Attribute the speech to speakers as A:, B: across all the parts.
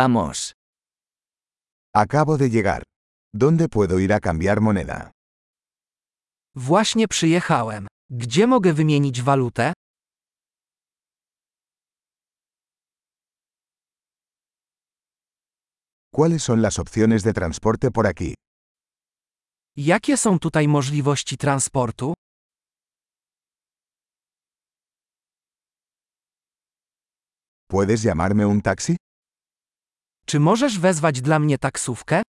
A: Vamos.
B: Acabo de llegar. ¿Dónde puedo ir a cambiar moneda?
C: Właśnie przyjechałem. Gdzie mogę wymienić walutę?
B: ¿Cuáles son las opciones de transporte por aquí?
C: Jakie są tutaj możliwości transportu?
B: ¿Puedes llamarme un taxi?
C: Czy możesz wezwać dla mnie taksówkę?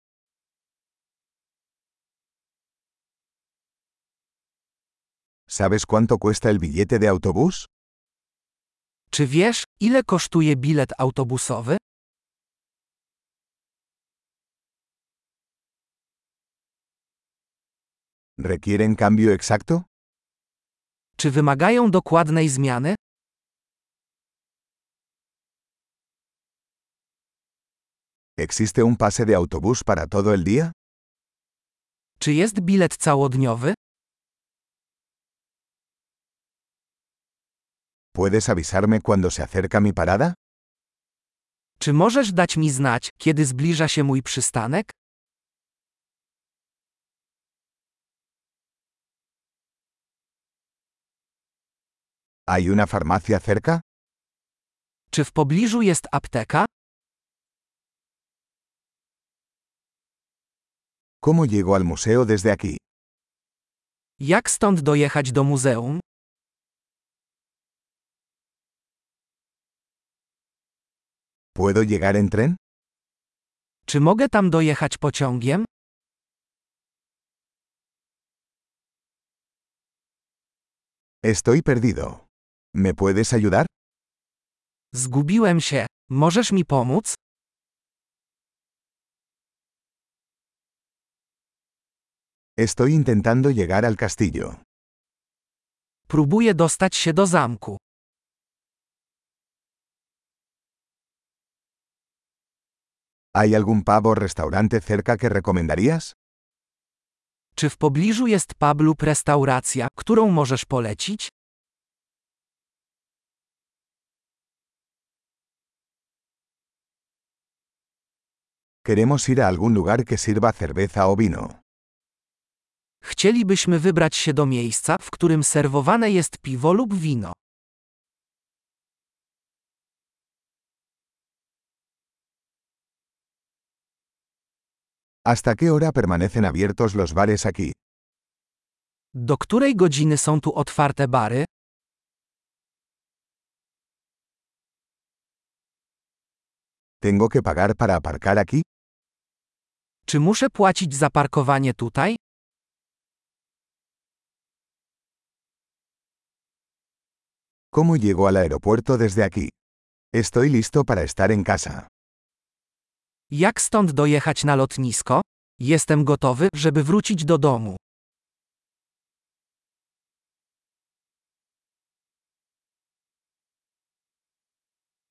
B: ¿Sabes cuánto cuesta el billete de autobús?
C: Czy wiesz, ile kosztuje bilet autobusowy?
B: ¿Requieren cambio exacto?
C: Czy wymagają dokładnej zmiany?
B: ¿Existe un pase de autobús para todo el día?
C: Czy jest bilet całodniowy?
B: ¿Puedes avisarme cuando se acerca mi parada?
C: Czy możesz dać mi znać, kiedy zbliża się mój przystanek?
B: ¿Hay una farmacia cerca?
C: Czy w pobliżu jest apteka?
B: ¿Cómo llego al museo desde aquí?
C: Jak stąd dojechać do muzeum?
B: ¿Puedo llegar en tren?
C: Czy mogę tam dojechać pociągiem?
B: Estoy perdido. ¿Me puedes ayudar?
C: Zgubiłem się. Możesz mi pomóc?
B: Estoy intentando llegar al castillo.
C: Próbuję dostać się do zamku.
B: ¿Hay algún pavo o restaurante cerca que recomendarías?
C: Czy w pobliżu jest pub lub restauracja, którą możesz polecić?
B: Queremos ir a algún lugar que sirva cerveza o vino.
C: Chcielibyśmy wybrać się do miejsca, w którym serwowane jest piwo lub wino.
B: ¿Hasta qué hora permanecen abiertos los bares aquí?
C: Do której godziny są tu otwarte bary?
B: ¿Tengo que pagar para aparcar aquí?
C: Czy muszę płacić za parkowanie tutaj?
B: ¿Cómo llego al aeropuerto desde aquí? Estoy listo para estar en casa.
C: Jak stąd dojechać na lotnisko? Jestem gotowy, żeby wrócić do domu.